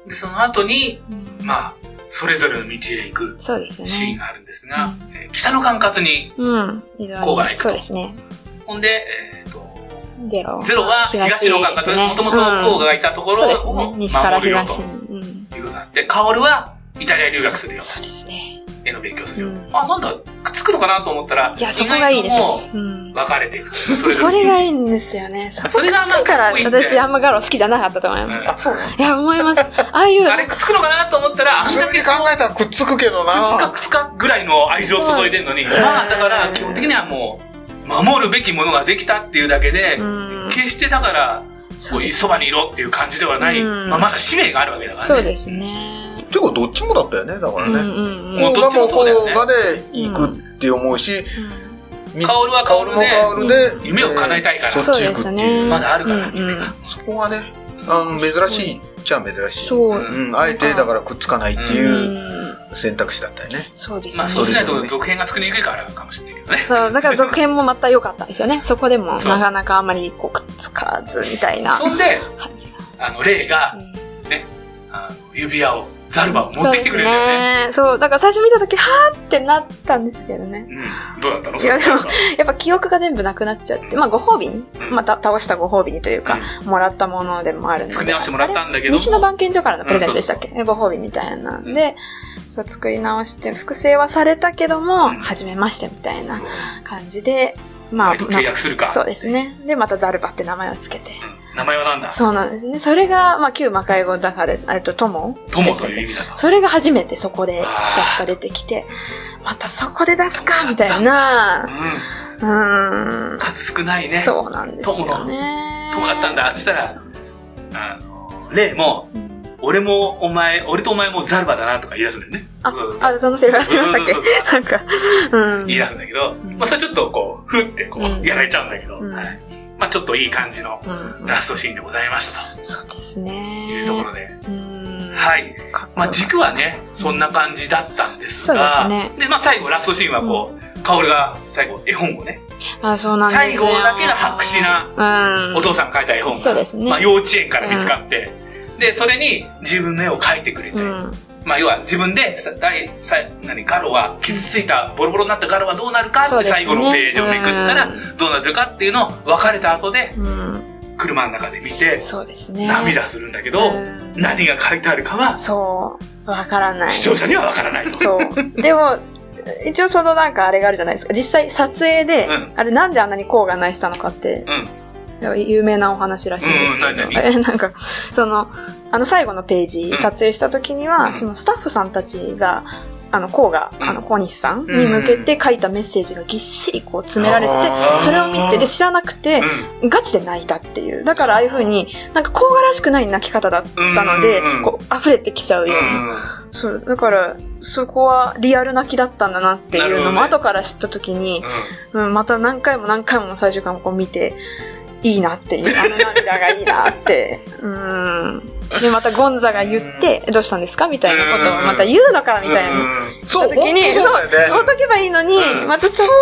S7: いで、その後に、
S2: うん
S7: まあ、それぞれの道へ行く
S2: そうですよ
S7: シーン
S2: ね。
S7: があるんですが、えー北の管轄に、
S2: うん、非常に
S7: 郊外行くと
S2: そうですね。
S7: ほんで、えっと、
S2: ゼロ。
S7: ゼロは東の管轄、もともと甲賀がいたところ
S2: そう
S7: を
S2: ですね。西から
S7: 守るよ
S2: 東
S7: と
S2: に。うん。
S7: いうことがあって、カオルはイタリア留学するよ。
S2: そうですね。
S7: 絵の勉強する
S2: う
S7: よ。
S2: ん
S7: あ、なんだ、くっつくのかなと思ったら、
S2: いや、そこがいいで
S7: 意外
S2: す。
S7: とも
S2: うん
S7: う、。分かれていく。そ
S2: それ
S7: ぞ
S2: がいいんですよね。そこ
S7: それが
S2: くっついた
S7: まあ
S2: ら
S7: かっこいいんだよ
S2: 私あんまガロ好きじゃなかったと思います。
S7: うん
S4: そう。
S2: いや、思います。ああいう、
S7: あれくっつくのかなと思ったら、あん
S4: 普
S7: だ
S4: 通
S7: け
S4: に
S7: くっ
S4: 考えたらくっつくけど
S7: つか
S4: な。
S7: くっつかぐらいの愛情を注いでんのに、まあだから基本的にはもう、守るべきものができたっていうだけで
S2: う、ん
S7: 決してだから、
S2: そ
S7: こ
S2: う
S7: う
S2: です
S7: そばにいろっていう感じではない、
S2: うん
S7: まあまだ使命があるわけだからね。
S2: そうですね。
S4: ていうか、どっちもだったよね、だか
S2: う
S4: ら
S2: んう
S4: ね。
S2: んうん。
S7: もうどっちもそうだよね
S4: まあまあここまで行くって思うし、み
S7: カオルはカオルで
S4: カオルで
S7: 夢を叶えたいから
S4: えーそっち行くっていう。
S7: まだあるから
S2: うんうん
S4: そこがね、あの、珍しいっちゃ珍しい。
S2: そうう。
S4: ん、あえて、だからくっつかないって
S2: う。
S4: いうん選択肢だったよね。
S2: そうです
S7: まあ
S2: ね。
S7: そうしないと続編が作りにくいからかもしれないけどね。
S2: そう、だから続編もまた良かったですよね。そ こでも、な
S7: そう
S2: かなかあんまりこう、くっつかずみたいな
S7: そんで、
S2: 感じが。
S7: あの、レイが、あの指輪を、ザルバを持ってきてくれるんだよね。
S2: そうですね。そう、だから最初見たとき、はーってなったんですけどね。
S7: うん。どうだったの
S2: いやでも
S7: それ
S2: やっぱ記憶が全部なくなっちゃって、まあご褒美に、
S7: うん
S2: また倒したご褒美にというか、もらったものでもあるので。
S7: 作り直してもらったんだけども
S2: 西の番犬所からのプレゼントでしたっけ、ご褒美みたいなんで、そう作り直して、複製はされたけども、
S7: うん
S2: 初めましてみたいな
S7: そう
S2: 感じで、まあ、
S7: 割と契約するか
S2: そうですね。で、またザルバって名前をつけて。
S7: うん名前はなんだ
S2: そうなんですね。それが、まあ、旧魔界語だから、えっと、友
S7: 友という意味だと。
S2: それが初めてそこで
S7: あー
S2: 確か出てきて、またそこで出すかみたいな
S7: う、
S2: うー
S7: ん。
S2: ん、
S7: 数少ないね。
S2: そうなんですよね。
S7: 友だったんだ。つったら
S2: そう、
S7: あの、レイも、俺もお前、俺とお前もザルバだなとか言い出すんだよね。
S2: あ
S7: う、ん
S2: あ、そのセリフありましたっけ
S7: うん う
S2: なんか、うん。
S7: 言い出すんだけど、
S2: ん
S7: まあそれちょっとこう、ふってこ
S2: うん
S7: う、やられちゃうんだけど、
S2: うん
S7: はい。まあちょっといい感じの
S2: うん
S7: ラストシーンでございました
S2: そうです
S7: と
S2: ね。
S7: いうところで、
S2: うん。
S7: はい。
S2: かっこよかった
S7: まあ軸はね、そんな感じだったんですが、
S2: そうです
S7: で、まあ最後ラストシーンはこう、カオルが最後絵本をね、
S2: あ、そうなんです
S7: 最
S2: よ
S7: 後だけが白紙な
S2: うん。
S7: お父さんが書いた絵本が、
S2: そうですね
S7: まあ幼稚園から見つかって、で、それに自分の絵を描いてくれて、
S2: うん。
S7: まあ要は自分でさ第さ何ガロは傷ついたボロボロになったガロはどうなるかっ
S2: そうで
S7: て
S2: すね
S7: 最後のページをめくったら
S2: う
S7: どうなってるかっていうのを別れた後で
S2: うん。
S7: 車の中で見て
S2: そうですね。
S7: 涙するんだけど
S2: うん
S7: 何が書いてあるかは
S2: そう。わからない。
S7: 視聴者にはわからないと。
S2: そう。でも、一応そのなんかあれがあるじゃないですか。実際撮影で、
S7: うん
S2: あれなんであんなにこうがないしたのかって、
S7: うん
S2: 有名なお話らしいんですけど、
S7: うんうん何
S2: えなんか、その、あの最後のページ
S7: ん
S2: 撮影した時には、
S7: うん
S2: そのスタッフさんたちが、あの、こうが、
S7: うん
S2: あの、小西さんに向けて書いたメッセージがぎっしりこう詰められてて
S4: あ、
S7: ー
S2: それを見て、で、知らなくて、ガチで泣いたっていう。だからああいう風に、なんか、甲賀らしくない泣き方だったので
S7: うんうんうん、
S2: こう、溢れてきちゃう
S7: うん
S2: ような。そう、だから、そこはリアル泣きだったんだなってい
S7: なる
S2: う
S7: ほど
S2: の
S7: ね
S2: も、後から知った時に、うん、また何回も何回も最終巻をこう見て、いいなっていう、あの涙がいいなって。 うん。で、またゴンザが言って、どうしたんですかみたいなことをまた言うのかみたいな。
S4: そう、
S2: 時
S4: 本当そう
S2: に、
S4: だよ
S2: ほっ
S4: ね。
S2: とけばいいのに、
S7: うん
S2: またそう、
S4: 考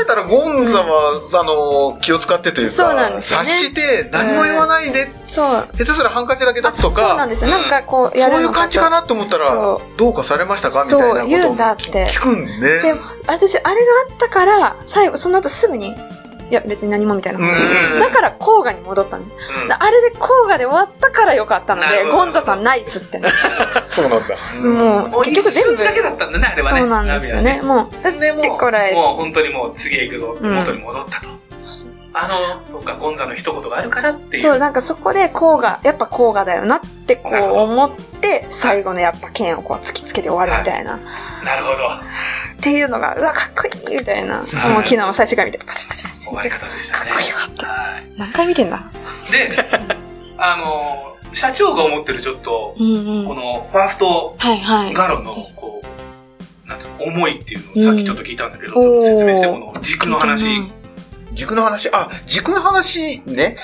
S4: えたらゴンザは、あの気を使ってというか
S2: そうなんですよね
S4: 察して何も言わないで、
S2: そう。
S4: 下手すらハンカチだけ出すと
S2: そうな
S4: か
S2: んですよ。なんかこう、や
S4: そ
S2: る
S4: ういう
S2: の
S4: 感じかなと思ったら
S2: そ
S4: どうかされましたかみたいなこと
S2: そう、
S4: を
S2: 言うんだって。
S4: 聞くんね
S2: で、私、あれがあったから、最後、その後すぐに、いや、別に何もみたいな感じ
S4: うんうんうん
S2: だから、甲賀に戻ったんです。
S7: うん
S2: あれで甲賀で終わったからよかったの
S7: なる
S2: で、
S7: ほど
S2: ゴンザさんナイスってね。
S4: そうなんだ
S2: もう、
S7: 結局
S2: 結
S7: 全
S2: 局全
S7: 部だけだっ
S2: 部。
S7: たんだねあれはね
S2: そうなんですよね。もう、
S7: 涙ねで
S2: 打って
S7: も
S2: こら
S7: う
S2: え
S7: もう本当にもう次へ行くぞって元に戻ったと、
S2: そう
S7: あのそうかゴンザの一言があるからっていう
S2: そう、なんかそこで甲賀、やっぱ甲賀だよなってこう
S7: なるほど
S2: 思って、最後のやっぱ剣をこう突きつけて終わるみたいな。
S7: なるほど
S2: っていうのが、うわ、かっこいいみたいな。もう
S7: はい
S2: 昨日も最終回見て、パチパチパチ
S7: 終わ
S2: って。
S7: り
S2: かっ
S7: 方でしたね
S2: こよかった。
S7: はい
S2: 何回見てんだ
S7: で、 あのー社長が思ってるちょっと、
S2: うんう
S7: こ
S2: ん。
S7: のファースト
S2: はいはい。
S7: ガロの、こう、なんつうの、思いっていうのをさっきちょっと聞いたんだけど、ちょっ
S2: うん
S7: と説明して、この軸の話。うん。
S4: 軸の話あ軸の話ね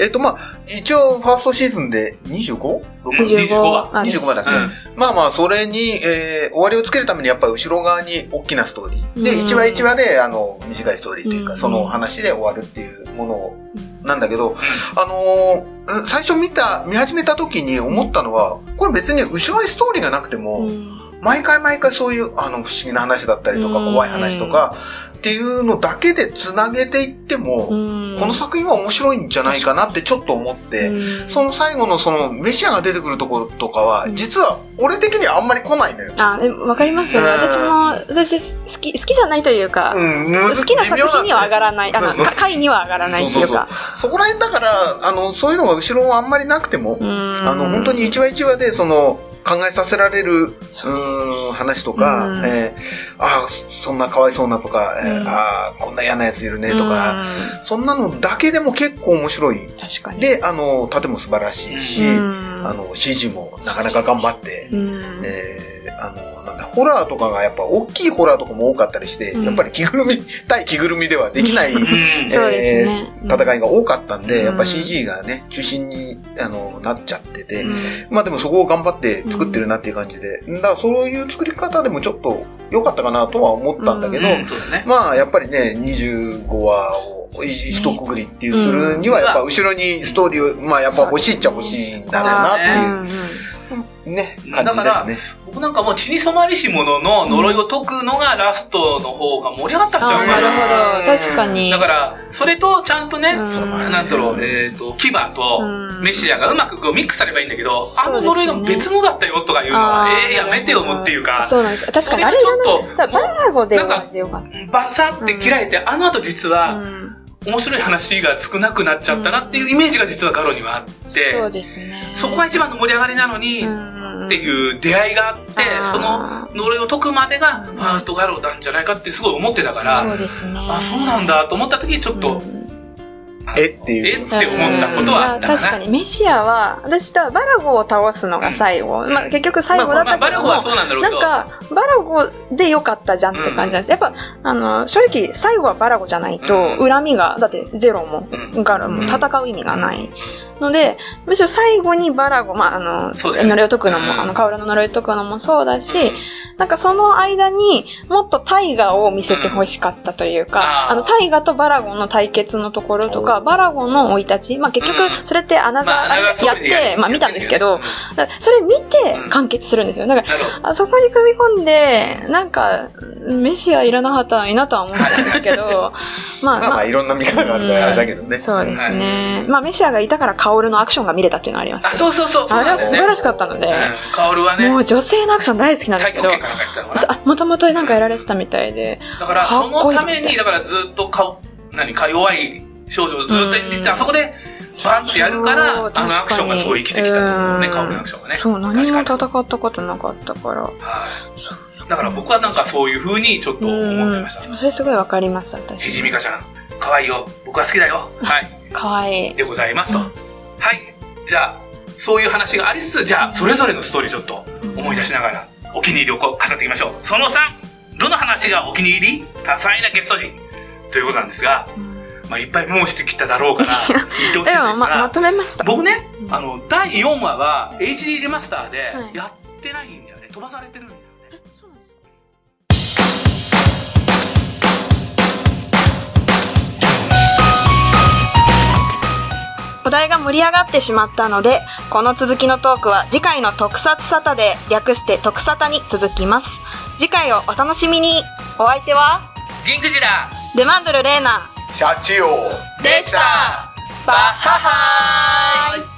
S4: えっ、とまあ一応ファーストシーズンで 25?6?
S7: 25話
S2: あです
S4: 25話だっけ、まあまあそれに、えー終わりをつけるためにやっぱり後ろ側に大きなストーリーで
S2: うん
S4: 1話1話であの短いストーリーというか、
S2: うん
S4: その話で終わるっていうものをなんだけど、あのーうん最初見た、見始めた時に思ったのは、これ別に後ろにストーリーがなくても、毎回毎回そういう、あの、不思議な話だったりとか、
S2: うん
S4: 怖い話とか、っていうのだけで繋げていっても、こ
S2: こ
S4: の作品は面白いんじゃないかなってちょっと思って、そ
S2: の、
S4: の最後のその、メシアが出てくるところとかは
S2: う、ん
S4: 実は俺的にはあんまり来ないのよ。
S2: あ、でもわかりますよね。
S4: うん
S2: 私も、私、好き、好きじゃないというか、
S4: うん、難しい
S2: 好きな作品には上がらない、あ
S4: そうそ
S2: の、
S4: う
S2: か回には上がらないというか。
S4: そこら辺だから、あの、そういうのが後ろはあんまりなくても、あ
S2: あ
S4: の、本当に一話一話で、その、考えさせられる、う
S2: そうです
S4: ーん話と
S2: う
S4: か
S2: ん、
S4: えーああ、そんなかわいそうなとか、えー
S2: うん
S4: ああ、こんな嫌なやついるねとか、
S2: うん
S4: そんなのだけでも結構面白い。
S2: 確かに。
S4: で、あの、盾も素晴らしいし、
S2: うん
S4: あの、CG もなかなか頑張って、
S2: うん
S4: えーあの、なんだ、ホラーとかがやっぱ大きいホラーとかも多かったりして、
S2: うん
S4: やっぱり着ぐるみ、対着ぐるみではできない、
S2: そうですね
S4: えー戦いが多かったんで、
S2: うん
S4: やっぱ CG がね、中心にあのなっちゃってて、
S2: うん
S4: まあでもそこを頑張って作ってるなっていう感じで、だからそういう作り方でもちょっと良かったかなとは思ったんだけど、
S7: そうだね。
S4: まあやっぱりね、25話を一括りっていうするには、
S7: うん
S4: やっぱ後ろにストーリーを、まあやっぱ欲しいっちゃ欲しいんだろうな
S7: え
S4: っ
S2: うん
S4: ていうね、
S7: うん
S4: 感
S7: だから
S4: じですね。
S7: 僕なんかもう血に染まりし者の呪いを解くのがラストの方が盛り上がったんちゃ
S2: あ
S7: う
S2: ー
S7: か
S2: なる
S7: な。
S2: ほど。確かに。
S7: だから、それとちゃんとね、
S2: うん
S7: そのなんだろう、えっ、と、牙と
S2: うん
S7: メシアがうまくこうミックスさればいいんだけど、あ
S2: そう
S7: の
S2: ですよね
S7: 呪いが別のだったよとかいうのは、
S2: あー
S7: えー、やめてよもっていうか、
S2: そうなんです。確かに、あれ
S7: そ
S2: じ
S7: れ
S2: ゃな
S7: がちょ
S2: い
S7: っと
S2: だからバラゴで
S7: なん
S2: 終
S7: か
S2: わってよかった。
S7: バサって切られて、あの後実は
S2: うん
S7: 面白い話が少なくなっちゃったなっていうイメージが実はガロにはあって、
S2: そうですね。
S7: そこが一番の盛り上がりなのに、
S2: うん
S7: っていう出会いがあって、
S2: あー
S7: その呪いを解くまでがファーストガロなんじゃないかってすごい思ってたから、
S2: そうですね。
S7: あ、そうなんだと思った時にちょっ
S2: う
S7: と
S2: ん
S4: えっていう。
S7: えって思ったことはあったかな。
S2: 確かに、メシアは、私、だからバラゴを倒すのが最後。まあ、結局最後だっ
S7: まあ、
S2: た
S7: バ
S2: けど
S7: ルゴ
S2: も、
S7: はそうなんだろうけ
S2: なん
S7: ど。
S2: か、バラゴで良かったじゃんって感じなんです。やっぱ、あの、正直、最後はバラゴじゃないと、
S7: うん
S2: 恨みが、だって、ゼロも、からもう戦う意味がない。ので、むしろ最後にバラゴ、まあ、あの、
S7: そうだよね
S2: 呪いを解くの
S7: うん
S2: も、あの、カオラの呪いを解くのもそうだし、なんかその間にもっとタイガを見せて欲しかったというか、
S7: うん
S2: あの、タイガとバラゴンの対決のところとか、
S4: お
S2: バラゴンの生い立ち、まあ結局
S7: うん、
S2: それってアナザ
S7: まあアナザ
S2: ー
S7: ー
S2: やっ
S7: ストーリーやって
S2: て、まあ見たんですけ
S7: う
S2: ど
S7: ん、
S2: だからそれ見
S7: うん
S2: て完結するんですよ。だから、
S7: なるほど。
S2: あそこに組み込んで、なんか、メシアいらなかったのになとは思っちゃうんですけ ど、ま
S4: ま
S2: あ
S4: あま
S2: ま
S4: あ、
S2: あ、
S4: いろんな見方があるからあれだけどね。
S2: そうですね。まあメシアがいたからカオルのアクションが見れたっていうのはあります
S7: あ、
S2: けど。
S7: そうそうそう。
S2: あれは素晴らし
S7: っ
S2: かったので、
S7: カオルはね、
S2: もう女性のアクション大好きなんで
S7: 太
S2: すけ
S7: 極
S2: ど、
S7: 拳かなんかやったのかな
S2: そうあ、もともとなんかやられてたみたいで、
S7: だから、
S2: か
S7: そ
S2: っこいい
S7: のために、だからずっとか、何か弱い少女をずっと演じて、
S2: うん
S7: あそこで、バンってやるから、あ
S2: そう
S7: の
S2: 確かに
S7: アクションがすごい生きてきたってことね、
S2: うん
S7: カオルのアクションがね。
S2: そう、何も
S7: 確か
S2: 戦
S7: にそう
S2: ったことなかったから。
S7: はいだから僕はなんかそういう風にちょっと思ってました
S2: で。もそれすごいわかりました、私。
S7: ひじみかちゃん、可愛いよ。僕は好きだよ。はい。
S2: かわいい。
S7: でございますと。はい。じゃあ、そういう話がありつつ、じゃあ、それぞれのストーリーちょっと思い出しながら、お気に入りをこう語っていきましょう。その3、どの話がお気に入り多彩なゲスト陣。ということなんですが、まあ、いっぱいもうしてきただろうから、聞いてほしいんです
S2: でも、
S7: が、
S2: ま、まとめました。
S7: 僕ね、
S2: うん
S7: あの、第4話は HD リマスターで
S2: はい
S7: やってないんだよね。飛ばされてるんだよね。
S2: そうなんですかお題が盛り上がってしまったので、この続きのトークは次回の特撮サタで略して特サタに続きます。次回をお楽しみに。お相手は、
S7: 銀クジラ
S2: ルマンドルレーナ。
S4: シャチオ
S7: でした
S2: バッハハーイ